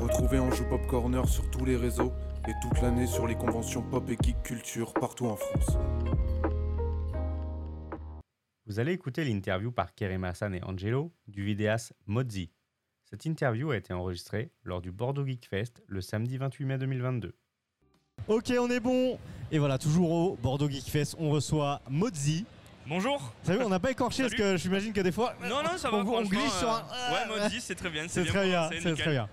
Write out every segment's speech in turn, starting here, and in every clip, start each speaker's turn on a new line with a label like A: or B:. A: Retrouvez Anjou Pop Corner sur tous les réseaux et toute l'année sur les conventions pop et geek culture partout en France.
B: Vous allez écouter l'interview par Kerem Hassan et Angelo du vidéaste Mozzi. Cette interview a été enregistrée lors du Bordeaux Geek Fest le samedi 28 mai 2022.
C: Ok, on est bon. Et voilà, toujours au Bordeaux Geek Fest, on reçoit Mozzi.
D: Bonjour
C: Salut, on n'a pas écorché parce
D: Salut.
C: que j'imagine que des fois.
D: Non, non, ça va,
C: on, on
D: franchement,
C: glisse sur un.
D: euh, Ouais, Maudit, c'est très bien,
C: C'est très bien,
D: commencé,
C: c'est
D: nickel.
C: très bien.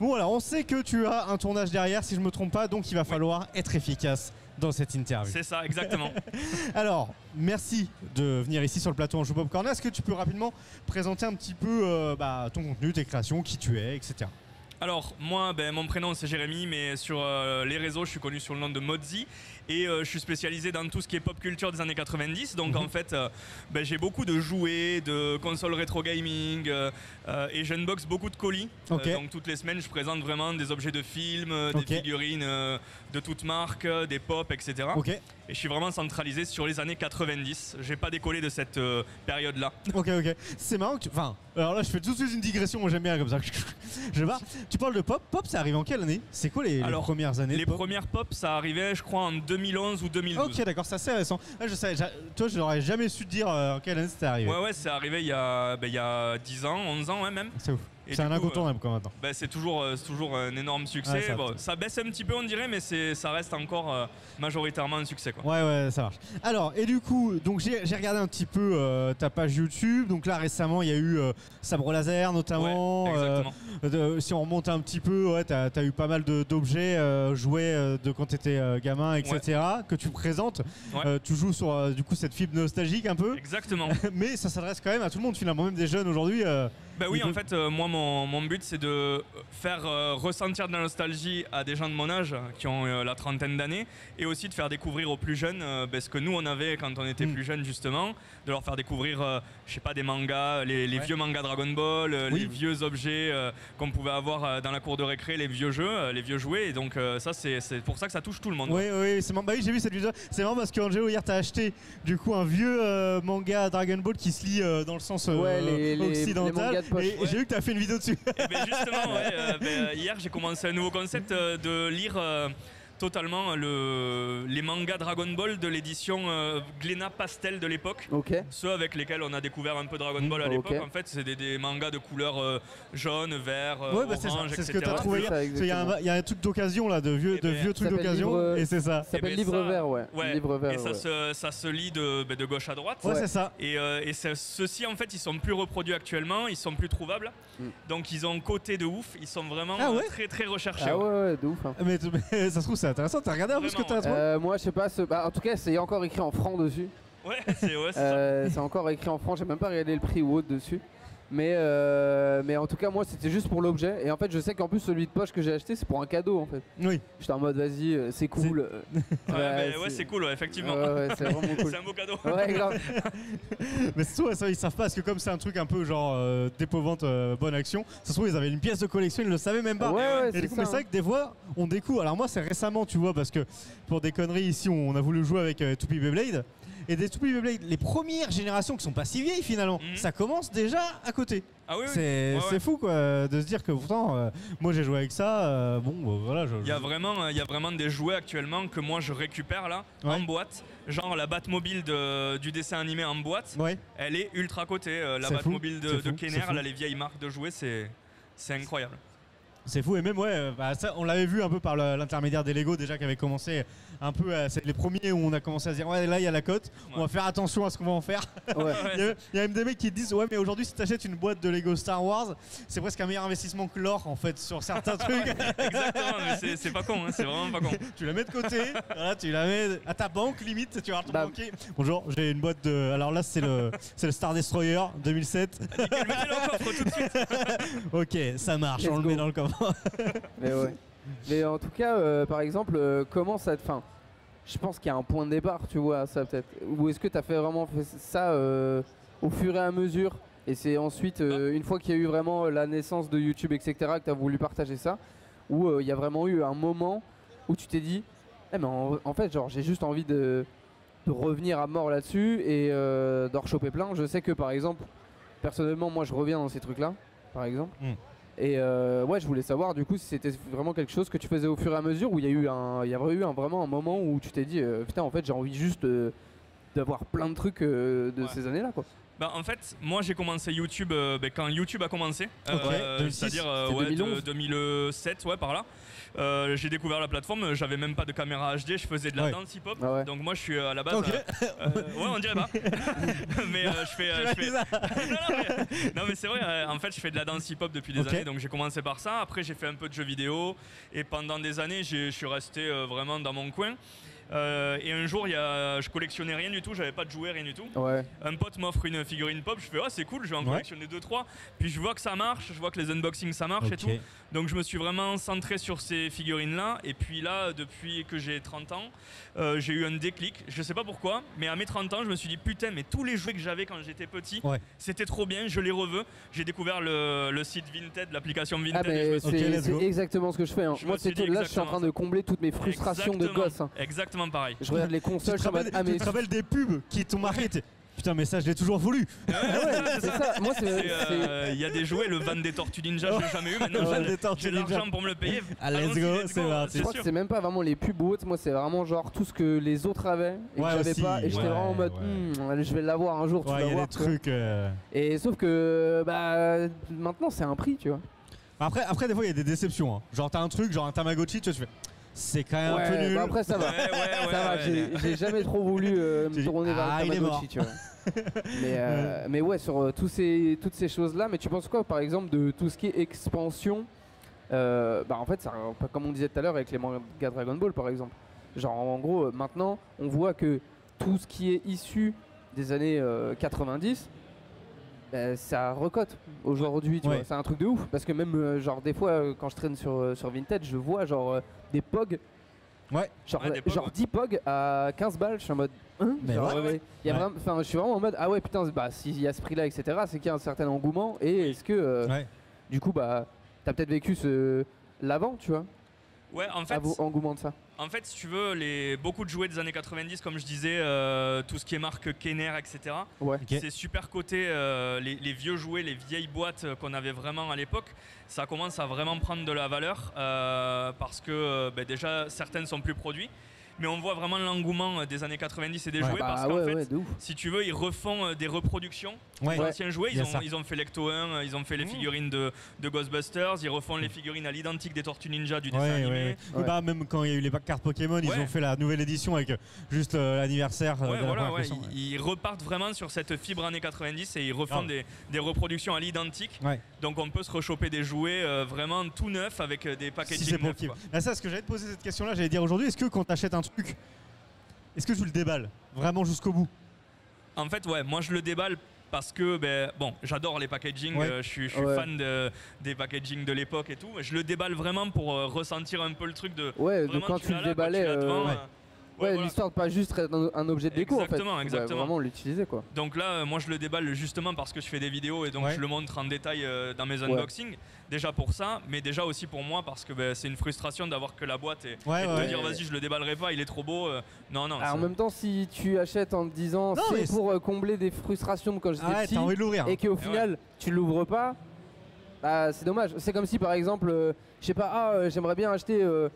C: Bon, alors on sait que tu as un tournage derrière, si je me trompe pas, donc il va falloir être efficace dans cette interview.
D: C'est ça, exactement.
C: Alors, merci de venir ici sur le plateau en Pop Corner. Est-ce que tu peux rapidement présenter un petit peu euh, bah, ton contenu, tes créations, qui tu es, etc.
D: Alors, moi, ben, mon prénom c'est Jérémy, mais sur euh, les réseaux, je suis connu sous le nom de Mozzi et euh, je suis spécialisé dans tout ce qui est pop culture des années 90. Donc,
C: Mhm.
D: en fait, euh, ben, j'ai beaucoup de jouets, de consoles rétro gaming euh, euh, et j'unbox beaucoup de colis. Euh,
C: Ok.
D: donc, toutes les semaines, je présente vraiment des objets de films, euh, des
C: Ok.
D: figurines euh, de toutes marques, euh, des pop, etc.
C: Ok,
D: Et je suis vraiment centralisé sur les années 90. J'ai pas décollé de cette euh, période-là.
C: ok, ok. C'est marrant que tu. Enfin, alors là, je fais tout de suite une digression, moi j'aime bien comme ça. Je vois. Tu parles de pop. Pop, ça arrive en quelle année C'est quoi les, les
D: Alors,
C: premières années
D: Les
C: de pop
D: premières pop, ça arrivait, je crois, en 2011 ou 2012.
C: Ok, d'accord, c'est assez récent. Ah, je savais, j'a- toi, je n'aurais jamais su te dire euh, en quelle année c'était arrivé.
D: Ouais, ouais, c'est arrivé il y, a, ben, il y a 10 ans, 11 ans, ouais, même.
C: C'est ouf.
D: Et
C: C'est
D: du
C: un
D: coup,
C: incontournable quand maintenant.
D: Ben, c'est toujours, euh, c'est toujours un énorme succès.
C: Ouais, ça-
D: Bon, ça baisse un petit peu, on dirait, mais c'est- ça reste encore euh, majoritairement un succès. Quoi.
C: Ouais, ouais, ça marche. Alors, et du coup, donc j'ai j'ai regardé un petit peu euh, ta page YouTube. Donc là, récemment, il y a eu euh, Sabre Laser, notamment.
D: Ouais, exactement.
C: euh, de- si on remonte un petit peu, ouais, t'as as eu pas mal de- d'objets euh, jouets euh, de quand t'étais euh, gamin, etc. que tu présentes.
D: Ouais.
C: Euh, tu joues sur euh, du coup cette fibre nostalgique un peu,
D: Exactement.
C: mais ça s'adresse quand même à tout le monde finalement, même des jeunes aujourd'hui. euh,
D: Ben oui,
C: Il
D: en
C: peut-
D: fait, euh, moi, mon, mon but, c'est de faire euh, ressentir de la nostalgie à des gens de mon âge, euh, qui ont euh, la trentaine d'années, et aussi de faire découvrir aux plus jeunes euh, ben, ce que nous, on avait quand on était
C: Mm.
D: plus jeunes, justement, de leur faire découvrir, euh, je sais pas, des mangas, les, les
C: Ouais.
D: vieux mangas Dragon Ball, euh,
C: Oui.
D: les vieux objets euh, qu'on pouvait avoir euh, dans la cour de récré, les vieux jeux, euh, les vieux jouets, et donc euh, ça, c'est c'est pour ça que ça touche tout le monde.
C: Oui, oui, c'est marrant. Bah oui, j'ai vu cette vidéo. C'est marrant parce que Angelo, hier, t'as acheté du coup un vieux euh, manga Dragon Ball qui se lit euh, dans le sens euh,
E: Ouais, les- les- les
C: occidental.
E: mangas de poche,
C: et
E: ouais.
C: j'ai vu que t'as fait une vidéo dessus.
D: Eh ben, justement, ouais, euh, ben, hier j'ai commencé un nouveau concept euh, de lire euh, totalement euh, le, les mangas Dragon Ball de l'édition euh, Glénat Pastel de l'époque.
E: Ok.
D: Ceux avec lesquels on a découvert un peu Dragon Ball à
E: Ok.
D: l'époque, en fait, c'est des, des mangas de couleur euh, jaune, vert, euh,
C: Ouais, bah, c'est ça,
D: orange,
C: c'est
D: etc.
C: ce que t'as trouvé
E: C'est
C: hier.
E: ça,
C: Parce qu'il y a un-
E: exactement.
C: Il y, a un truc d'occasion là, de vieux,
D: Eh
C: de
D: ben,
C: vieux trucs
E: ça s'appelle
C: d'occasion,
E: livre-
C: et c'est ça.
E: Ça s'appelle
D: ben,
E: Livre
D: ça-
E: Vert, ouais.
D: Ouais,
E: Livre Vert.
D: et ça,
E: ouais.
D: se, ça se lit de, ben, de gauche à droite.
C: Ouais,
E: Ouais.
C: c'est ça.
D: Et, euh, et ce- ceux-ci, en fait, ils sont plus reproduits actuellement, ils sont plus trouvables.
E: Mm.
D: Donc, ils ont un côté de ouf, ils sont vraiment
C: Ah ouais
D: euh, très très recherchés.
E: Ah ouais, ouais, de ouf. hein.
C: Mais, mais ça se trouve, c'est intéressant. T'as regardé un peu ce que
D: Vraiment,
C: t'as trouvé
E: Euh, moi, je sais pas. ce- bah, en tout cas, c'est encore écrit en franc dessus.
D: Ouais, c'est ouais, c'est ça.
E: Euh, c'est encore écrit en franc. J'ai même pas regardé le prix ou autre dessus. Mais, euh, mais en tout cas, moi, c'était juste pour l'objet. Et en fait, je sais qu'en plus, celui de poche que j'ai acheté, c'est pour un cadeau. En fait,
C: Oui.
E: j'étais en mode, vas-y, euh, c'est cool. euh,
D: Ouais, mais
E: ouais,
D: ouais,
E: c'est-
D: c'est cool, ouais, effectivement.
E: ouais, ouais, c'est vraiment cool.
D: C'est un beau cadeau.
E: Ouais, grave.
C: Mais c'est tout, ouais, ça, ils savent pas parce que comme c'est un truc un peu genre euh, d'épouvante euh, bonne action, ça se trouve, ils avaient une pièce de collection, ils le savaient même pas.
E: ouais, ouais,
C: Et
E: c'est
C: du coup, mais c'est
E: ça. hein.
C: hein. vrai que des fois, on découvre. Alors moi, c'est récemment, tu vois, parce que pour des conneries ici, on a voulu jouer avec euh, Toupie Beyblade. Et des Toupie Beyblade, les premières générations qui sont pas si vieilles finalement,
D: Mhm.
C: ça commence déjà à côté.
D: Ah oui, oui.
C: c'est
D: Ouais,
C: c'est
D: ouais.
C: fou quoi, de se dire que pourtant, euh, moi j'ai joué avec ça. euh, bon, bah, voilà. Je,
D: Il y, a vraiment, euh, il y a vraiment des jouets actuellement que moi je récupère là, en
C: Ouais.
D: boîte. Genre la Batmobile de, du dessin animé en boîte,
C: Ouais.
D: elle est ultra cotée. euh, la
C: C'est fou,
D: Batmobile de,
C: c'est
D: de
C: fou, c'est
D: Kenner,
C: fou.
D: là, les vieilles marques de jouets, c'est. C'est incroyable.
C: C'est fou et même ouais, euh, bah, ça, on l'avait vu un peu par le- l'intermédiaire des Lego déjà qui avait commencé euh, un peu, à- c'est les premiers où on a commencé à se dire ouais là il y a la cote, on
D: Ouais.
C: va faire attention à ce qu'on va en faire.
E: Ouais.
D: Ouais,
C: Il y, a, il y a même des mecs qui disent ouais mais aujourd'hui si t'achètes une boîte de Lego Star Wars c'est presque un meilleur investissement que l'or en fait sur certains trucs
D: c'est- exactement, mais c'est- c'est pas con, hein, c'est vraiment pas con.
C: tu la mets de côté voilà, tu la mets à ta banque limite tu vas voir ton
E: Bah.
C: banquier bonjour j'ai une boîte de alors là c'est le c'est le Star Destroyer 2007
D: Nickel, mettez-le au coffre tout de suite.
C: ok ça marche
E: Let's
C: on le met
E: go.
C: dans le coffre
E: Mais ouais. Mais en tout cas, euh, par exemple, euh, comment ça te. Fin, je pense qu'il y a un point de départ, tu vois, ça peut-être. Ou est-ce que t'as fait vraiment fait ça euh, au fur et à mesure Et c'est ensuite, euh, une fois qu'il y a eu vraiment la naissance de YouTube, etc., que t'as voulu partager ça Ou euh, il y a vraiment eu un moment où tu t'es dit Eh, mais en, en fait, genre, j'ai juste envie de, de revenir à mort là-dessus et euh, d'en rechoper plein. Je sais que par exemple, personnellement, moi je reviens dans ces trucs-là, par exemple. Et euh, ouais, je voulais savoir du coup si c'était vraiment quelque chose que tu faisais au fur et à mesure, où il y a eu un, il y a eu un- vraiment un moment où tu t'es dit, euh, putain, en fait, j'ai envie juste de- d'avoir plein de trucs euh, de
D: Ouais.
E: ces années-là, quoi.
D: Bah, en fait, moi j'ai commencé YouTube euh, ben, quand YouTube a commencé,
C: Ok, 2006,
D: c'est-à-dire euh,
E: c'était
D: ouais, de-
E: 2011.
D: 2007, ouais, par là. Euh, j'ai découvert la plateforme, euh, j'avais même pas de caméra HD, je faisais de la
C: Ouais.
D: dance hip-hop.
E: Ah ouais.
D: Donc moi je suis euh, à la base.
C: Ok.
D: euh, euh, ouais, on dirait pas. mais euh, je fais. euh, je fais- non, non, mais, non, mais c'est vrai, euh, en fait je fais de la danse hip-hop depuis des
C: Ok.
D: années, donc j'ai commencé par ça. Après j'ai fait un peu de jeux vidéo et pendant des années j'ai- je suis resté euh, vraiment dans mon coin. Euh, et un jour, il y a, je collectionnais rien du tout, j'avais pas de jouets, rien du tout
E: Ah Ouais.
D: un pote m'offre une figurine pop, je fais ah c'est cool, je vais en
C: Ouais.
D: collectionner 2-3, puis je vois que ça marche, je vois que les unboxings ça marche et tout, donc je me suis vraiment centré sur ces figurines là, et puis là depuis que j'ai 30 ans, euh, j'ai eu un déclic, je sais pas pourquoi, mais à mes 30 ans je me suis dit putain mais tous les jouets que j'avais quand j'étais petit,
C: Ouais.
D: c'était trop bien, je les reveux, j'ai découvert le, le site Vinted, l'application Vinted,
E: Ah,
D: et je me suis-
E: mais c'est
C: Ok, let's
E: c'est
C: go.
E: exactement ce que je fais. hein.
D: Je me
E: Moi,
D: suis
E: c'est
D: dit
E: tout- là, je suis en
D: exactement
E: train de combler toutes mes frustrations de
D: Exactement.
E: gosse. hein.
D: exactement pareil.
E: Je regarde les
C: Tu
E: consoles, je
C: te
E: suis en mode,
C: rappelles-
E: ah, mais
C: tu te rappelles des pubs qui t'ont marqué t'es- Putain, mais ça, je l'ai toujours voulu.
E: Ah ouais, c'est ça. Moi, c'est.
D: C'est,
E: c'est-
D: euh, Il y a des jouets, le van des Tortues Ninja, je l'ai jamais eu. Maintenant,
C: Ouais,
D: j'ai-
C: des Tortues
D: j'ai l'argent
C: Ninja.
D: pour me le payer.
C: Ah, let's
D: Allons-y,
C: go, c'est parti.
E: Je crois que c'est même pas vraiment les pubs ou autres, moi c'est vraiment genre tout ce que les autres avaient et
C: Ouais,
E: que j'avais
C: aussi,
E: pas et j'étais
B: ouais,
E: vraiment en mode
C: ouais.
E: Hmm, je vais l'avoir un jour, tu
C: Ouais,
E: vas
C: il y a
E: voir.
C: des
E: tu vois.
C: trucs. euh,
E: Et sauf que bah maintenant c'est un prix, tu vois.
C: Après, après, des fois, il y a des déceptions. hein. Genre, t'as un truc, genre un Tamagotchi, tu vois, tu fais. C'est quand même un peu
E: Ouais,
C: nul.
E: bah après ça va.
D: Ouais, ouais,
E: Ça
D: ouais,
E: va,
D: ouais,
E: j'ai-
D: ouais.
E: j'ai jamais trop voulu euh,
C: Tu
E: me
C: dis,
E: tourner vers
C: ah,
E: le
C: il est
E: Tamagotchi, tu vois. mais, euh, mais ouais, sur euh, tous ces, toutes ces choses-là, mais tu penses quoi par exemple de tout ce qui est expansion Euh, Bah en fait, ça, comme on disait tout à l'heure avec les mangas Dragon Ball par exemple. Genre en gros, euh, maintenant, on voit que tout ce qui est issu des années euh, 90, bah, ça recote aujourd'hui, tu
C: Ouais.
E: vois. C'est un truc de ouf. Parce que même, euh, genre, des fois, euh, quand je traîne sur, euh, sur Vinted, je vois, genre, euh, des POG.
C: Ouais.
E: Genre,
D: Ouais, des POG,
E: genre
D: ouais.
E: 10 POG à 15 balles. Je suis en mode. Hein
C: Mais
E: Genre,
C: ouais,
E: ouais. Il y a
C: Ouais.
E: vraiment- enfin, je suis vraiment en mode, ah ouais, putain, bah, s'il y a ce prix-là, etc., c'est qu'il y a un certain engouement. Et est-ce que, euh,
C: Ouais.
E: du coup, bah, t'as peut-être vécu ce. L'avant, tu vois,
D: Ouais, en fait,
E: à vous engouement de ça.
D: en fait, si tu veux, les, beaucoup de jouets des années 90, comme je disais, euh, tout ce qui est marque Kenner, etc.,
E: Ouais.
C: Ok.
D: c'est super côté euh, les, les vieux jouets, les vieilles boîtes euh, qu'on avait vraiment à l'époque. Ça commence à vraiment prendre de la valeur euh, parce que euh, ben, déjà, certaines sont plus produites. Mais on voit vraiment l'engouement euh, des années 90 et des
C: Ouais.
D: jouets parce
E: bah
D: qu'en
E: ouais,
D: fait,
E: ouais, de ouf.
D: si tu veux, ils refont euh, des reproductions
C: Ouais.
D: Les anciens jouets.
C: Il y
D: Ils
C: a
D: ont,
C: ça.
D: ils ont fait l'Ecto 1, euh, ils ont fait les
E: Mmh.
D: figurines de, de Ghostbusters, ils refont les figurines à l'identique des Tortues Ninja du
C: Mmh. Ouais,
D: dessin
C: ouais,
D: animé.
C: ouais. Ou
E: Ouais.
C: bah, même quand il y a eu les cartes Pokémon, ils
D: Ouais.
C: ont fait la nouvelle édition avec euh, juste euh, l'anniversaire. euh,
D: Ouais,
C: de la
D: voilà,
C: première
D: ouais,
C: version, ouais.
D: Ils, ils repartent vraiment sur cette fibre années 90 et ils refont
C: Grave.
D: des, des reproductions à l'identique.
C: Ouais.
D: Donc on peut se rechoper des jouets euh, vraiment tout neufs avec euh, des
C: Si
D: packaging
C: c'est
D: neufs.
C: possible.
D: quoi.
C: Là, ça, ce que j'allais te poser cette question-là, j'allais dire aujourd'hui, est-ce que quand t'achètes un truc, est-ce que tu le déballes vraiment jusqu'au bout
D: En fait, ouais, moi je le déballe. Parce que ben, bon, j'adore les packaging,
C: Ouais.
D: euh, je suis, je suis
E: Ouais.
D: fan de- des packaging de l'époque et tout. mais Je le déballe vraiment pour euh, ressentir un peu le truc de.
E: Ouais,
D: vraiment,
E: donc quand
D: tu
E: tu
D: l'as
E: le
D: là, quand tu
E: déballais,
D: l'as devant,
E: euh,
D: euh,
E: ouais,
D: ouais, voilà.
E: l'histoire de pas juste être un, un objet de déco en fait.
D: Exactement,
E: Ouais,
D: exactement.
E: vraiment l'utiliser quoi.
D: Donc là, euh, moi je le déballe justement parce que je fais des vidéos et donc
C: Ouais.
D: je le montre en détail euh, dans mes
E: Ouais.
D: unboxings. Déjà pour ça, mais déjà aussi pour moi parce que ben, c'est une frustration d'avoir que la boîte et,
C: Ouais,
D: et de
C: ouais, Ah,
D: te dire
E: ouais.
D: vas-y, je le déballerai pas, il est trop beau. euh, non, non.
E: Alors,
D: ça-
E: en même temps, si tu achètes en te disant
C: Non, mais
E: c'est
C: c'est-
E: pour euh, combler des frustrations de quand j'étais
C: Ah ouais,
E: petit
C: t'as envie de l'ouvrir.
E: et qu'au
D: ouais.
E: final tu l'ouvres pas, bah, c'est dommage. C'est comme si par exemple, euh, je sais pas, ah, euh, j'aimerais bien acheter euh,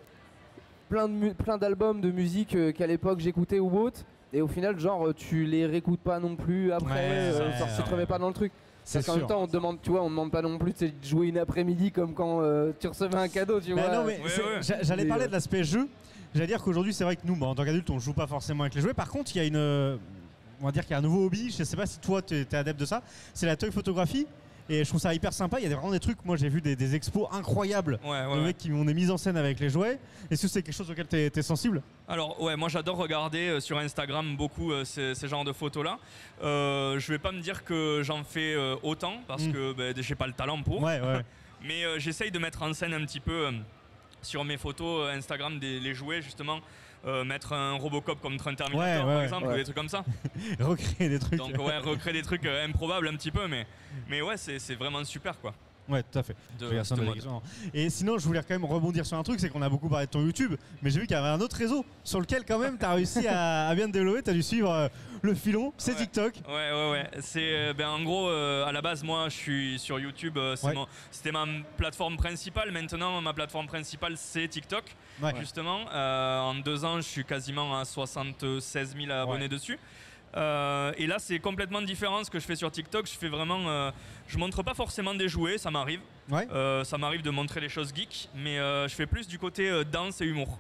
E: plein de mu- plein d'albums de musique euh, qu'à l'époque j'écoutais ou autre, et au final, genre, euh, tu les réécoutes pas non plus après,
C: Ouais,
E: euh,
C: ouais,
E: genre, tu te
C: ouais.
E: remets pas dans le truc.
C: C'est
E: Parce qu'en même temps, on te demande, tu vois, on demande pas non plus tu sais, de jouer une après-midi comme quand euh, tu recevais un cadeau, tu
C: Bah
E: vois.
C: non, mais
D: Ouais,
C: c'est-
D: ouais.
C: j'a- j'allais
E: Mais,
C: parler
E: euh,
C: de l'aspect jeu. J'allais dire qu'aujourd'hui, c'est vrai que nous, bah, en tant qu'adultes, on joue pas forcément avec les jouets. Par contre, il y a une. euh, On va dire qu'il y a un nouveau hobby. Je sais pas si toi, tu es, adepte de ça. C'est la toy photographie. Et je trouve ça hyper sympa. Il y a des- vraiment des trucs. Moi, j'ai vu des, des expos incroyables.
D: Ouais, ouais,
C: de
D: ouais.
C: mecs qui ont des mises en scène avec les jouets. Est-ce que c'est quelque chose auquel tu es, sensible
D: Alors ouais, moi j'adore regarder euh, sur Instagram beaucoup euh, ces, ces genres de photos là. Euh, je vais pas me dire que j'en fais euh, autant parce
C: Mm.
D: que ben, j'ai pas le talent pour.
C: Ouais, ouais.
D: Mais euh, j'essaye de mettre en scène un petit peu euh, sur mes photos euh, Instagram des, les jouets justement. euh, mettre un Robocop comme Train Terminator
C: Ouais, ouais,
D: par
C: ouais.
D: exemple ou
E: Ouais.
D: des trucs comme ça
C: Recréer des trucs.
D: donc ouais recréer des trucs euh, improbables un petit peu mais mais ouais c'est c'est vraiment super quoi
C: ouais, tout à fait. Je
D: de,
C: vais dire ça,
D: de
C: mais
D: mode.
C: exactement. Et sinon, je voulais quand même rebondir sur un truc, c'est qu'on a beaucoup parlé de ton YouTube, mais j'ai vu qu'il y avait un autre réseau sur lequel quand même tu as réussi à, à bien te développer, tu as dû suivre euh, le filon, c'est
D: Ouais.
C: TikTok.
D: Ouais, ouais, ouais. C'est, euh, ben, en gros, euh, à la base, moi, je suis sur YouTube. euh, c'est
C: Ouais.
D: mon- C'était ma m- plateforme principale. Maintenant, ma plateforme principale, c'est TikTok.
C: Ouais.
D: Justement, Euh, en deux ans, je suis quasiment à 76 000 abonnés dessus. Euh, et là, c'est complètement différent ce que je fais sur TikTok. Je fais vraiment, euh, je montre pas forcément des jouets, ça m'arrive.
C: Ouais.
D: Euh, ça m'arrive de montrer les choses geeks, mais euh, je fais plus du côté euh, danse et humour.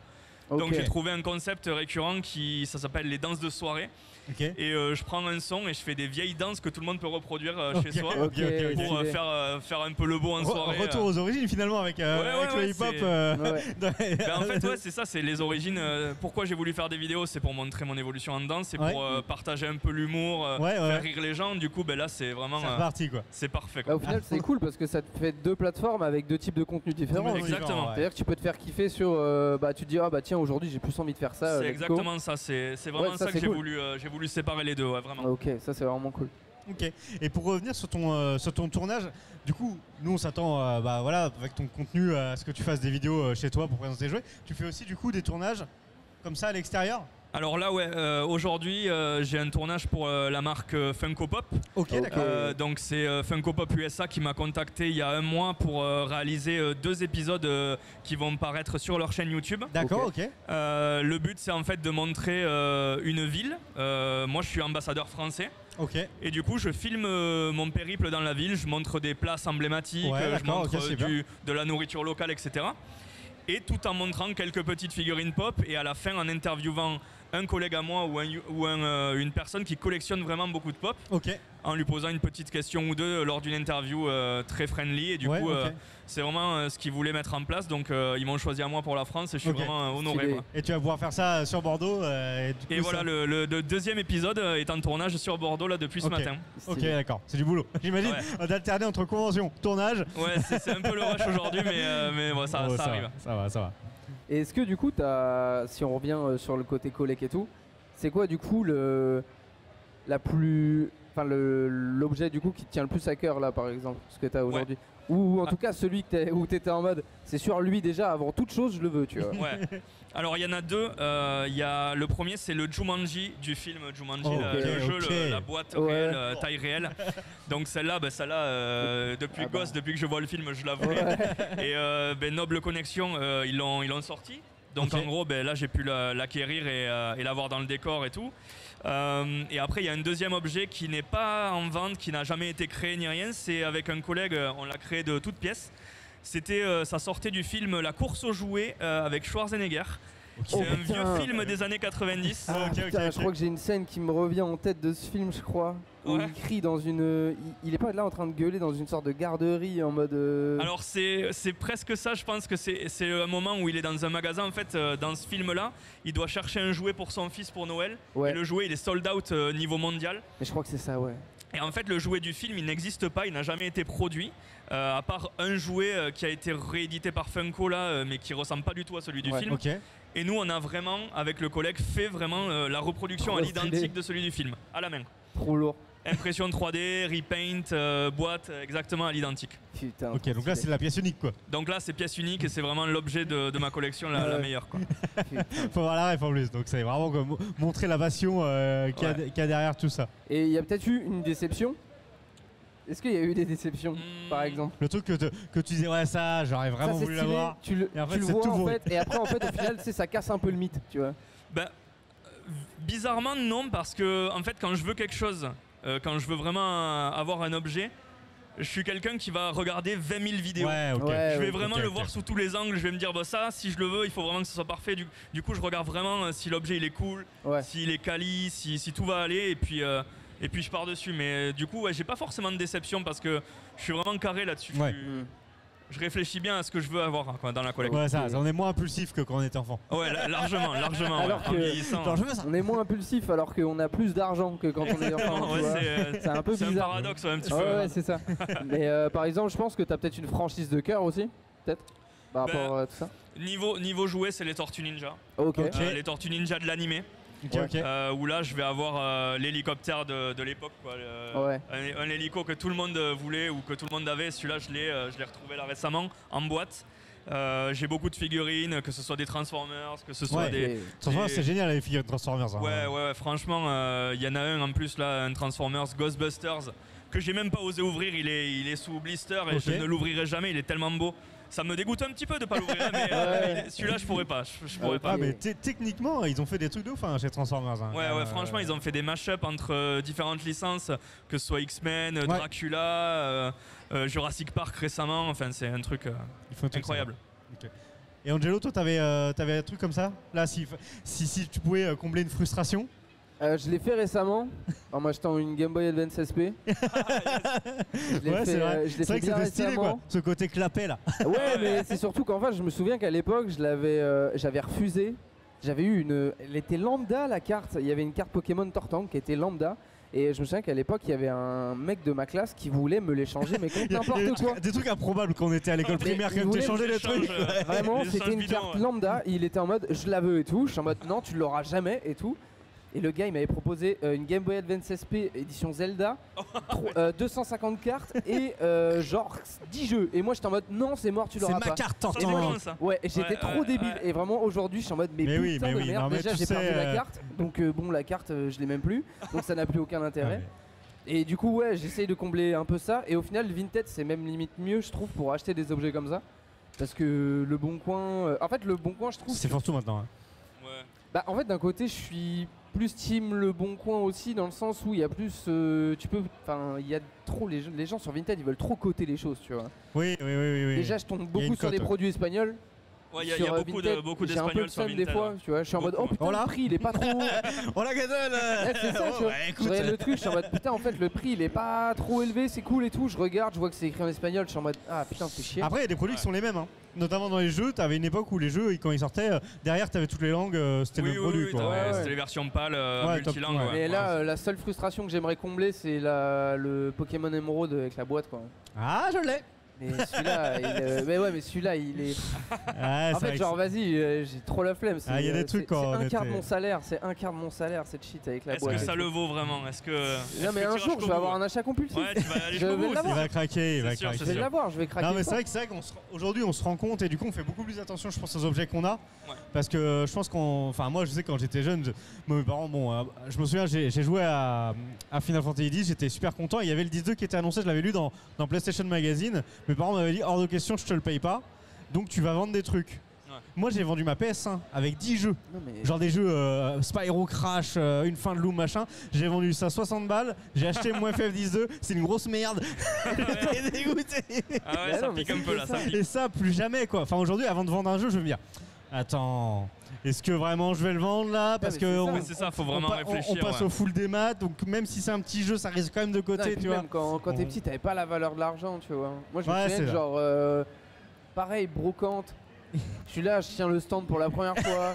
D: Donc
E: Ok.
D: j'ai trouvé un concept récurrent qui, ça s'appelle les danses de soirée.
C: Ok.
D: Et euh, je prends un son et je fais des vieilles danses que tout le monde peut reproduire euh,
C: Ok.
D: chez soi
E: Ok,
C: ok, ok.
D: pour euh,
E: stylé.
D: faire, euh, faire un peu le beau en
C: Re-
D: soirée. euh,
C: retour aux origines finalement avec, euh,
D: Ouais,
C: avec
D: ouais, ouais,
C: le hip-hop.
D: c'est-
C: euh,
E: Ouais, ouais.
C: dans-
D: Ben, en fait, ouais, c'est ça, c'est les origines. euh, pourquoi j'ai voulu faire des vidéos C'est pour montrer mon évolution en danse, c'est
C: Ouais.
D: pour euh, partager un peu l'humour, euh,
C: Ouais, ouais,
D: faire
C: ouais.
D: rire les gens. Du coup, ben là, c'est vraiment.
C: C'est
D: euh,
C: parti quoi.
D: c'est parfait.
E: Bah,
D: Quoi.
E: au final, c'est cool parce que ça te fait deux plateformes avec deux types de contenus différents.
D: Exactement.
E: C'est-à-dire que tu peux te faire kiffer sur. euh, bah, tu te dis, ah bah tiens, aujourd'hui j'ai plus envie de faire ça. euh,
D: c'est
E: let's go.
D: exactement ça. C'est c'est vraiment
E: Ouais,
D: ça,
E: ça, c'est
D: que j'ai
E: cool.
D: voulu, euh, j'ai voulu séparer les deux, ouais, vraiment.
E: Ah, Ok, ça c'est vraiment cool.
C: Ok. Et pour revenir sur ton, euh, sur ton tournage, du coup, nous on s'attend, euh, bah voilà, avec ton contenu, à ce que tu fasses des vidéos euh, chez toi pour présenter les jouets. Tu fais aussi du coup des tournages comme ça à l'extérieur.
D: Alors là, ouais, euh, aujourd'hui, euh, j'ai un tournage pour euh, la marque euh, Funko Pop.
C: Ok,
E: Ok.
C: d'accord.
D: Euh, donc c'est euh, Funko Pop USA qui m'a contacté il y a un mois pour euh, réaliser euh, deux épisodes euh, qui vont paraître sur leur chaîne YouTube.
C: D'accord, ok.
D: Euh, le but c'est en fait de montrer euh, une ville. Euh, moi je suis ambassadeur français
C: Ok.
D: et du coup je filme euh, mon périple dans la ville, je montre des places emblématiques,
C: Ouais,
D: euh, je
C: d'accord,
D: montre
C: ok, c'est
D: euh, du- de la nourriture locale, etc. Et tout en montrant quelques petites figurines pop et à la fin en interviewant un collègue à moi ou, un you- ou un, euh, une personne qui collectionne vraiment beaucoup de pop
C: Ok.
D: en lui posant une petite question ou deux lors d'une interview euh, très friendly. Et du
C: ouais,
D: coup,
C: ok.
D: euh, c'est vraiment euh, ce qu'ils voulaient mettre en place. Donc, euh, ils m'ont choisi à moi pour la France et je suis
C: Ok.
D: vraiment euh, honoré.
E: Stylé.
D: quoi.
C: Et tu vas pouvoir faire ça sur Bordeaux. euh, et du
D: Et
C: coup,
D: voilà,
C: ça-
D: le, le- le deuxième épisode euh, est en tournage sur Bordeaux là depuis
C: Ok.
D: ce matin.
C: Ok,
E: Stylé.
C: d'accord. C'est du boulot. J'imagine euh, d'alterner entre convention, tournage.
D: Ouais, c'est c'est un peu le rush aujourd'hui, mais, euh, mais bon, ça,
C: Oh,
D: ça arrive.
C: va, ça va, ça va.
E: Et est-ce que du coup, as, si on revient euh, sur le côté collègue et tout, c'est quoi du coup le la plus, enfin le- l'objet du coup qui te tient le plus à cœur là, par exemple, ce que t'as aujourd'hui, ou, ou en
D: Ah.
E: tout cas celui que t'es- où t'étais en mode, c'est sur lui déjà avant toute chose, je le veux, tu vois.
D: Ouais. Alors, il y en a deux. Euh, Il y a, le premier, c'est le Jumanji du film Jumanji,
C: Oh,
D: là,
C: ok,
D: le jeu,
C: ok.
D: le- la boîte
E: Ouais.
D: réelle, euh, taille réelle. Donc, celle-là, bah, celle-là euh, depuis
E: Ah bah.
D: gosse, depuis que je vois le film, je la voulais. Et euh, ben, Noble Connexion, euh, ils l'ont ils l'ont sorti. Donc
C: Ok.
D: en gros, ben, là j'ai pu la- l'acquérir et, euh, et l'avoir dans le décor et tout. Euh, et après, il y a un deuxième objet qui n'est pas en vente, qui n'a jamais été créé ni rien. C'est avec un collègue, euh, on l'a créé de toutes pièces. C'était, euh, ça sortait du film La course aux jouets euh, avec Schwarzenegger. C'est
E: Oh,
D: un
E: putain.
D: vieux film des années 90.
E: Ah,
C: ok,
E: putain,
C: ok,
E: je
C: ok.
E: crois que j'ai une scène qui me revient en tête de ce film, je crois. Où
D: Ouais.
E: il crie dans une. Il, il est pas là en train de gueuler dans une sorte de garderie en mode. euh,
D: Alors c'est c'est presque ça, je pense que c'est c'est un moment où il est dans un magasin, en fait, euh, dans ce film-là, il doit chercher un jouet pour son fils pour Noël.
E: ouais,
D: Et le jouet, il est sold out euh, niveau mondial.
E: mais je crois que c'est ça, ouais.
D: Et en fait, le jouet du film, il n'existe pas, il n'a jamais été produit, euh, à part un jouet euh, qui a été réédité par Funko, là, euh, mais qui ressemble pas du tout à celui du
E: Ouais.
D: film.
C: Ok.
D: Et nous, on a vraiment, avec le collègue, fait vraiment euh, la reproduction
E: Trop
D: à
E: stylé.
D: l'identique de celui du film, à la main.
E: Trop lourd.
D: Impression 3D, repaint, euh, boîte, euh, exactement à l'identique.
E: Putain.
C: Ok,
E: trop
C: donc là c'est
E: stylé.
C: de la pièce unique quoi.
D: Donc là, c'est pièce unique et c'est vraiment l'objet de, de ma collection la, la
E: Ouais.
D: meilleure. Quoi.
E: Putain.
C: Faut avoir la ref en plus, donc c'est vraiment comme mo- montrer la passion euh, qu'il y, a-
D: Ouais.
C: qu'il y a derrière tout ça.
E: Et il y a peut-être eu une déception Est-ce qu'il y a eu des déceptions,
D: Hmm.
E: par exemple
C: Le truc que, te- que tu disais, ouais, ça, j'aurais
E: Ça,
C: vraiment
E: c'est
C: voulu
E: stylé,
C: l'avoir.
E: Tu le,
C: Et en fait,
E: tu le
C: c'est
E: vois
C: tout
E: en
C: bourré.
E: fait, et après en fait au final, tu sais, ça casse un peu le mythe, tu vois.
D: Bah, euh, bizarrement, non, parce que en fait, quand je veux quelque chose, euh, quand je veux vraiment euh, avoir un objet, je suis quelqu'un qui va regarder 20 000 vidéos.
C: Ouais, ok.
E: Ouais,
D: Je vais
E: ouais.
D: vraiment
C: ok,
D: le
C: ok.
D: voir sous tous les angles. Je vais me dire, bah ça, si je le veux, il faut vraiment que ce soit parfait. Du, du coup, je regarde vraiment euh, si l'objet il est cool,
E: Ouais.
D: s'il est quali, si, si tout va aller, et puis euh, et puis je pars dessus. Mais euh, du coup, ouais, j'ai pas forcément de déception parce que je suis vraiment carré là-dessus.
C: Ouais.
D: Je, je réfléchis bien à ce que je veux avoir quoi, dans la collection.
C: Ouais, ça, ça, on est moins impulsif que quand on était enfant.
D: Ouais, la- largement, largement. ouais.
E: Alors
D: En
E: que-
D: vieillissant,
C: Genre, je veux ça.
E: On est moins impulsif alors qu'on a plus d'argent que quand on est
D: Exactement,
E: enfant. tu
D: ouais,
E: vois.
D: c'est, euh,
E: c'est un peu
D: c'est un
E: bizarre.
D: paradoxe ouais, un petit
E: Ouais,
D: peu.
E: ouais, c'est ça. Mais euh, par exemple, je pense que t'as peut-être une franchise de cœur aussi, peut-être Par
C: Bah,
D: Ben,
E: rapport à tout ça
D: niveau, niveau jouet, c'est les Tortues Ninja.
E: Ok.
C: Ok.
D: Euh, les Tortues Ninja de l'animé.
C: Ok,
E: Ouais.
C: ok.
D: euh, où là, je vais avoir euh, l'hélicoptère de, de l'époque. quoi, le-
E: Ouais.
D: un, euh, un hélico que tout le monde euh, voulait ou que tout le monde avait. Celui-là, je l'ai, euh, je l'ai retrouvé là récemment en boîte. Euh, j'ai beaucoup de figurines, que ce soit des Transformers, que ce soit
C: Ouais.
D: des.
E: Et-
C: Transformers,
D: Et-
C: c'est génial les figurines Transformers. hein.
D: Ouais, ouais, ouais, franchement, il y en a un en plus là, un Transformers Ghostbusters, que j'ai même pas osé ouvrir, il est, il est sous blister et
C: Ok.
D: je ne l'ouvrirai jamais, il est tellement beau. Ça me dégoûte un petit peu de pas l'ouvrir, mais euh,
E: Ouais.
D: il est- celui-là je pourrais pas, je, je pourrais
E: Ah,
D: pas.
C: Ah,
E: Et-
C: mais t- techniquement, ils ont fait des trucs de ouf hein, chez Transformers. hein.
D: Ouais, ouais,
C: Euh,
D: franchement, ils ont fait des mash-ups entre euh, différentes licences, que ce soit X-Men, euh,
C: Ouais.
D: Dracula, euh, euh, Jurassic Park récemment, enfin, c'est un truc euh,
C: ils font un truc
D: incroyable.
C: sympa. Et Angelo, toi, t'avais euh, t'avais un truc comme ça Là, si, si, si tu pouvais euh, combler une frustration
E: Euh, je l'ai fait récemment en m'achetant une Game Boy Advance SP. Je l'ai
C: Ouais,
E: fait,
C: c'est
E: euh,
C: vrai.
E: je l'ai
C: C'est vrai
E: fait
C: que
E: bien
C: c'était stylé, quoi.
E: récemment.
C: Ce côté clapet, là.
E: Ouais, mais c'est surtout qu'en fait, je me souviens qu'à l'époque, je l'avais, euh, j'avais refusé. J'avais eu une, elle était lambda la carte. Il y avait une carte Pokémon Tortank qui était lambda. Et je me souviens qu'à l'époque, il y avait un mec de ma classe qui voulait me l'échanger, mais contre
C: Il y a- il y a
E: n'importe
C: des trucs-
E: quoi.
C: Des trucs improbables quand on était à l'école
D: Mais
C: primaire,
E: ils
C: quand même,
E: voulaient
C: t'échangeais les
D: Échange,
C: trucs.
D: euh,
E: Vraiment,
D: les
E: c'était
D: échanges
E: une
D: bidons,
E: carte
D: ouais.
E: lambda. Il était en mode, je la veux et tout. Je suis en mode, non, tu l'auras jamais et tout. Et le gars, il m'avait proposé euh, une Game Boy Advance SP édition Zelda,
C: Oh,
E: tro- euh, 250 cartes et euh, genre 10 jeux. Et moi, j'étais en mode, non, c'est mort, tu
C: C'est
E: l'auras
C: ma
E: pas.
C: carte,
D: Ça, c'est
C: Tortan.
D: bon, ça.
E: Ouais, et j'étais
D: Ouais,
E: trop
D: ouais,
E: débile.
D: ouais.
E: Et vraiment, aujourd'hui, je suis en mode, mais,
C: Mais
E: putain
C: oui, mais
E: de
C: oui,
E: merde.
C: non, mais
E: Déjà,
C: tu
E: j'ai perdu
C: sais,
E: la
C: euh,
E: carte. Donc, euh, bon, la carte, euh, je l'ai même plus. Donc, ça n'a plus aucun intérêt.
C: Ah,
E: Et du coup, ouais, j'essaye de combler un peu ça. Et au final, Vinted, c'est même limite mieux, je trouve, pour acheter des objets comme ça. Parce que le bon coin. euh, En fait, le bon coin, je trouve.
C: C'est partout maintenant. hein.
D: Ouais.
E: Bah, en fait, d'un côté, je suis plus team le bon coin aussi, dans le sens où il y a plus. euh, tu peux. Enfin, il y a trop. Les, gens- les gens sur Vinted, ils veulent trop coter les choses, tu vois.
C: Oui, oui, oui, oui. oui.
E: Déjà, je tombe
C: une
E: beaucoup sur
C: cote,
E: des
C: ouais.
E: produits espagnols.
D: Ouais, il y a, il y
E: Sur,
D: a
E: euh,
D: beaucoup, de,
E: Vinted,
D: beaucoup
E: J'ai un peu
D: d'espagnols
E: le
D: sur
E: seum
D: Vinted. hein.
E: des fois, tu vois. Je suis en mode, oh
D: Beaucoup.
E: putain,
C: Oh là.
E: le prix, il est pas trop. Ouais,
C: Oh la gazelle euh,
E: c'est ça, tu vois.
C: ouais,
E: Je
C: écoute,
E: regarde le truc, je suis en mode putain en fait le prix il est pas trop élevé, c'est cool et tout, je regarde, je vois que c'est écrit en espagnol, je suis en mode ah putain c'est chier.
C: Après, il y a des produits qui sont les mêmes. hein. Notamment dans les jeux, t'avais une époque où les jeux, ils- quand ils sortaient, euh, derrière, t'avais toutes les langues, euh, c'était
D: Oui,
C: le
D: oui,
C: même produit.
D: oui,
C: quoi.
D: t'as-
E: Ouais, ouais.
D: c'était les versions pâles, euh,
C: Ouais, top,
D: multilingues.
C: ouais.
D: ouais.
E: Mais là
D: Ouais.
E: euh, la seule frustration que j'aimerais combler c'est la, le Pokémon Emerald avec la boîte quoi.
C: Ah, je l'ai
E: Mais celui-là, il, euh, mais ouais mais celui-là il est.
C: Ah,
E: en
C: c'est vrai
E: fait
C: que
E: genre vas-y euh, j'ai trop la flemme. c'est,
C: Ah, il y a des
E: euh,
C: trucs,
E: c'est-
C: quoi, on
E: C'est un quart de
C: était-
E: mon salaire, c'est un quart de mon salaire cette shit avec la
D: Est-ce
E: boîte.
D: que
E: et
D: ça
E: tout.
D: le vaut vraiment Est-ce que. est-ce
E: Non mais
D: que
E: un
D: tu iras
E: jour je
D: jusqu'au
E: vais avoir
D: bout
E: un achat compulsif.
D: Ouais, tu vas aller
E: Je
D: jusqu'au
E: vais
D: bout.
C: Il
E: l'avoir.
D: c'est-
C: va craquer, il va
D: C'est sûr,
C: craquer.
E: je
D: c'est
E: vais
D: sûr.
E: l'avoir, je vais craquer.
C: Non mais c'est
E: ça.
C: vrai que c'est vrai qu'on se- aujourd'hui on se rend compte et du coup on fait beaucoup plus attention je pense aux objets qu'on a
D: Ouais.
C: parce que euh, je pense qu'on enfin moi je sais quand j'étais jeune je- moi, mes parents bon euh, je me souviens j'ai j'ai joué à, à Final Fantasy X j'étais super content il y avait le 10-2 qui était annoncé je l'avais lu dans, dans PlayStation Magazine mes parents m'avaient dit hors de question je te le paye pas donc tu vas vendre des trucs
D: Ouais.
C: moi j'ai vendu ma PS1 avec 10 jeux
E: Non, mais-
C: Genre des jeux euh, Spyro Crash, euh, une fin de loup, machin. J'ai vendu ça 60 balles, j'ai acheté mon FF12, c'est une grosse merde. J'étais dégoûté.
D: Ah ouais,
E: Bah
D: ça
E: non, mais
D: pique un
E: c'est
D: peu là, ça
E: ça.
D: pique.
C: Et ça, plus jamais quoi. Enfin aujourd'hui, avant de vendre un jeu, je vais me dire Attends, est-ce que vraiment je vais le vendre là Parce
E: mais
C: que
E: c'est
C: on,
E: ça.
D: Mais c'est ça, faut vraiment
C: on pa- on- on
D: réfléchir.
C: passe
D: ouais.
C: au full des maths, donc même si c'est un petit jeu, ça reste quand même de
E: Non, et
C: côté,
E: puis
C: tu vois.
E: même quand, quand t'es
C: On-
E: petit, t'avais pas la valeur de l'argent, tu vois. Moi, je
C: Ouais,
E: me
C: c'est
E: souviens que
C: vrai.
E: genre, euh, pareil, brocante. je suis là, je tiens le stand pour la première fois.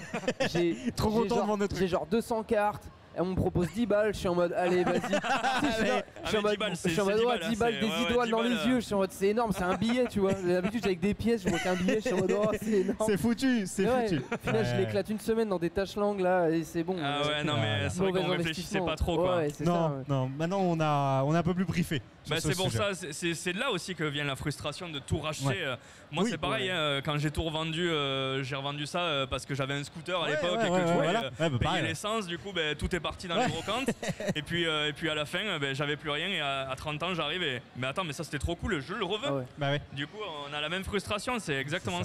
E: J'ai
C: Trop
E: j'ai
C: content de
E: genre-
C: vendre des trucs.
E: J'ai genre 200 cartes. Et on me propose 10 balles, je suis en mode allez vas-y. Tu sais, je suis là- je suis
D: mais
E: en
D: 10
E: mode,
D: balles,
E: je suis
D: c'est-
E: en mode
D: c'est 10
E: ouais,
D: balles,
E: 10 balles,
D: hein,
E: des
D: c'est- ouais, ouais,
E: idoiles
D: 10
E: dans
D: balles,
E: les yeux, je suis en mode c'est énorme, c'est un billet, tu vois. D'habitude j'étais avec des pièces, je vois qu'un billet, je suis en mode oh c'est énorme.
C: C'est foutu, c'est
E: Ouais.
C: foutu.
E: Au final, je
C: Ouais.
E: l'éclate une semaine dans des tâches langues là et c'est bon.
D: Ah ouais, non, mais
C: Voilà.
D: c'est vrai
E: Mauvais
D: qu'on réfléchissait
E: investissement.
D: pas trop quoi.
E: Ouais, c'est ça,
C: Non,
E: ouais.
C: non, maintenant on a, on a un peu plus briefé. sur
D: Bah,
C: ce
D: c'est pour
C: sujet.
D: ça, c'est- c'est c'est de là aussi que vient la frustration de tout racheter.
C: Ouais.
D: Euh, Moi,
C: Oui,
D: c'est pareil,
C: ouais.
D: hein, quand j'ai tout revendu, euh, j'ai revendu ça euh, parce que j'avais un scooter à
C: Ouais,
D: l'époque
C: ouais,
D: et que
C: ouais,
D: je
C: ouais,
D: voulais,
C: voilà.
D: euh,
C: Ouais, bah,
D: payer
C: pareil.
D: l'essence, du coup, ben, tout est parti dans
C: Ouais.
D: les brocantes. et, puis, euh, et puis à la fin, euh, ben, j'avais plus rien et à, à 30 ans, j'arrive et. Mais attends, mais ça c'était trop cool, je le reveux.
E: Ah ouais.
C: Bah ouais.
D: Du coup, on a la même frustration, c'est exactement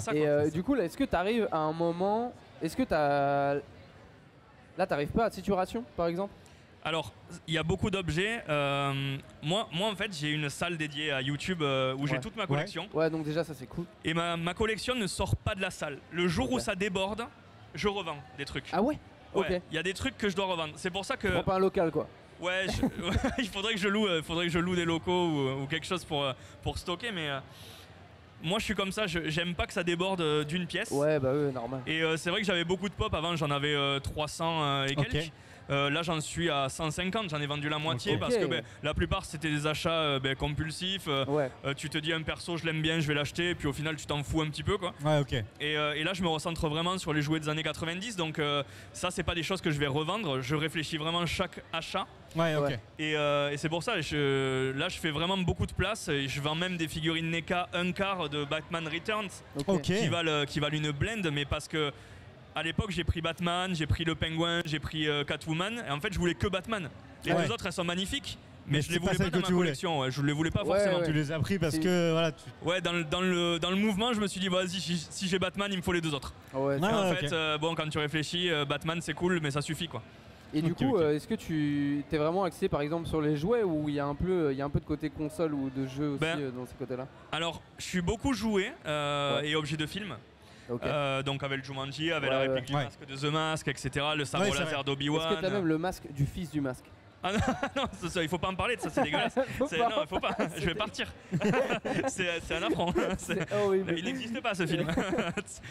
C: C'est ça.
D: ça.
E: Et
D: quoi.
E: euh, du coup, là, est-ce que tu arrives à un moment. Est-ce que tu Là, t'arrives pas à saturation, par exemple
D: Alors, il y a beaucoup d'objets. euh, moi, moi, en fait, j'ai une salle dédiée à YouTube euh, où j'ai
E: Ouais.
D: toute ma collection.
E: Ouais, donc déjà, ça c'est cool.
D: Et ma, ma collection ne sort pas de la salle. Le jour où
E: Ok.
D: ça déborde, je revends des trucs.
E: Ah ouais
D: Ouais,
E: Ok.
D: Il y a des trucs que je dois revendre. C'est pour ça que
E: Prends pas un local, quoi.
D: ouais, je- il faudrait que je loue, euh, faudrait que je loue des locaux ou, ou quelque chose pour euh, pour stocker. Mais euh, moi, je suis comme ça. je- J'aime pas que ça déborde euh, d'une pièce.
E: Ouais, bah ouais, normal.
D: Et euh, c'est vrai que j'avais beaucoup de pop avant. J'en avais euh, 300 euh, et
C: Ok.
D: quelques. Euh, là, j'en suis à 150. J'en ai vendu la moitié
E: Ok.
D: parce que ben, la plupart c'était des achats euh, ben, compulsifs. Euh,
E: Ouais.
D: euh, tu te dis un perso, je l'aime bien, je vais l'acheter. Et puis au final, tu t'en fous un petit peu, quoi.
C: Ouais, ok.
D: Et, euh, et là, je me recentre vraiment sur les jouets des années 90. Donc, euh, ça, c'est pas des choses que je vais revendre. Je réfléchis vraiment chaque achat
C: Ouais, ok.
E: Ouais.
D: Et, euh, et c'est pour ça, je, là je fais vraiment beaucoup de place et je vends même des figurines NECA un quart de Batman Returns
E: Ok.
C: Ok.
D: qui, valent, euh, qui valent une blende, mais parce que à l'époque j'ai pris Batman, j'ai pris le Penguin, j'ai pris euh, Catwoman et en fait je voulais que Batman. Les
C: Ouais.
D: deux autres elles sont magnifiques, mais,
C: Mais
D: je
C: c'est
D: les
C: pas
D: voulais pas,
C: celles
D: dans
C: que
D: ma
C: tu voulais.
D: collection, ouais, je les voulais pas
E: Ouais,
D: forcément.
C: Tu les as pris parce
E: Si.
C: que voilà. Tu...
D: Ouais, dans le, dans, le, dans le mouvement je me suis dit vas-y si, si j'ai Batman il me faut les deux autres.
E: Ah ouais,
C: Ah,
D: et en
C: ouais,
D: fait
C: ok.
D: euh, bon quand tu réfléchis euh, Batman c'est cool mais ça suffit quoi.
E: Et du
C: Ok,
E: coup,
C: ok.
E: euh, est-ce que tu t'es vraiment axé par exemple sur les jouets ou il y a un peu, il y a un peu de côté console ou de jeu aussi
D: Ben.
E: euh, dans ces côtés-là
D: Alors je suis beaucoup joué euh,
E: Ouais.
D: et objet de film.
E: Ok.
D: Euh, donc avec le Jumanji, avec la
E: Ouais, ouais.
D: réplique du
C: Ouais.
D: masque de The Mask, etc. Le sabre
C: Ouais, c'est
D: laser
C: vrai.
E: Est-ce que t'as même
D: d'Obi-Wan.
E: le masque du fils du masque
D: Ah non, non, ça, ça, il faut pas en parler de ça, c'est dégueulasse.
E: Faut
D: C'est-
E: pas.
D: non, faut pas, je vais partir. c'est c'est un affront. C'est-
E: C'est horrible.
D: Il n'existe pas ce film.
E: Oh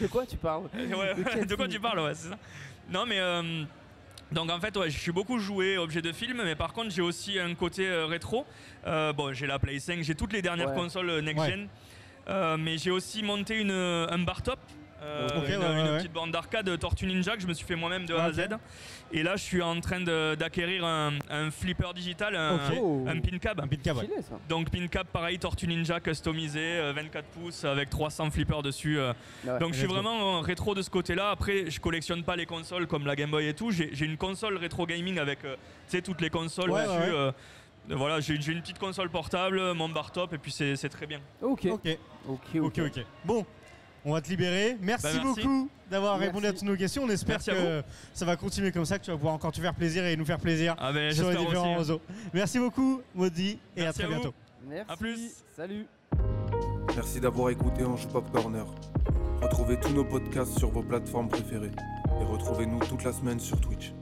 E: De quoi tu parles
D: Ouais, ouais,
E: De quel
D: de quoi
E: film
D: tu parles, ouais, c'est ça. Non, mais. euh, donc en fait, ouais, je suis beaucoup joué objet de film, mais par contre j'ai aussi un côté euh, rétro. Euh, bon, j'ai la Play 5, j'ai toutes les dernières
E: Ouais.
D: consoles euh, next
C: Ouais.
D: gen, Euh, mais j'ai aussi monté une, euh, un bar top, euh,
C: Ok,
D: une,
C: ouais, ouais,
D: une
C: ouais. Ah,
D: petite bande d'arcade euh, Tortue Ninja que je me suis fait moi-même de A à
C: Ok.
D: Z. Et là, je suis en train de- d'acquérir un, un flipper digital, un,
C: Ok.
E: Oh,
D: un pin cab.
C: Un pin cab, ouais.
E: stylé, ça.
D: Donc pin cap pareil, Tortue Ninja customisé, euh, 24 pouces avec 300 flippers dessus. euh.
E: Ah ouais.
D: Donc je suis
C: Rétro.
D: vraiment euh, rétro de ce côté-là. Après, je collectionne pas les consoles comme la Game Boy et tout. J'ai j'ai une console rétro gaming avec, euh, tu sais, toutes les consoles
C: Ouais,
D: dessus.
C: ouais, ouais.
D: euh, voilà, j'ai j'ai une petite console portable, mon bar top, et puis c'est c'est très bien.
E: Ok.
C: Ok.
E: Ok.
C: Ok, ok. Bon, on va te libérer. Merci,
D: Bah, merci.
C: beaucoup d'avoir
E: Merci.
C: répondu à toutes nos questions. On espère
D: Merci à
C: que ça va continuer comme ça, que tu vas pouvoir encore te faire plaisir et nous faire plaisir
D: Ah ben,
C: sur les
D: j'espère
C: différents
D: aussi.
C: réseaux. Merci beaucoup, Maudit, et
D: Merci
C: à très
D: à vous.
C: bientôt.
E: Merci.
D: À plus.
E: Salut.
A: Merci d'avoir écouté Anjou Pop Corner. Retrouvez tous nos podcasts sur vos plateformes préférées et retrouvez-nous toute la semaine sur Twitch.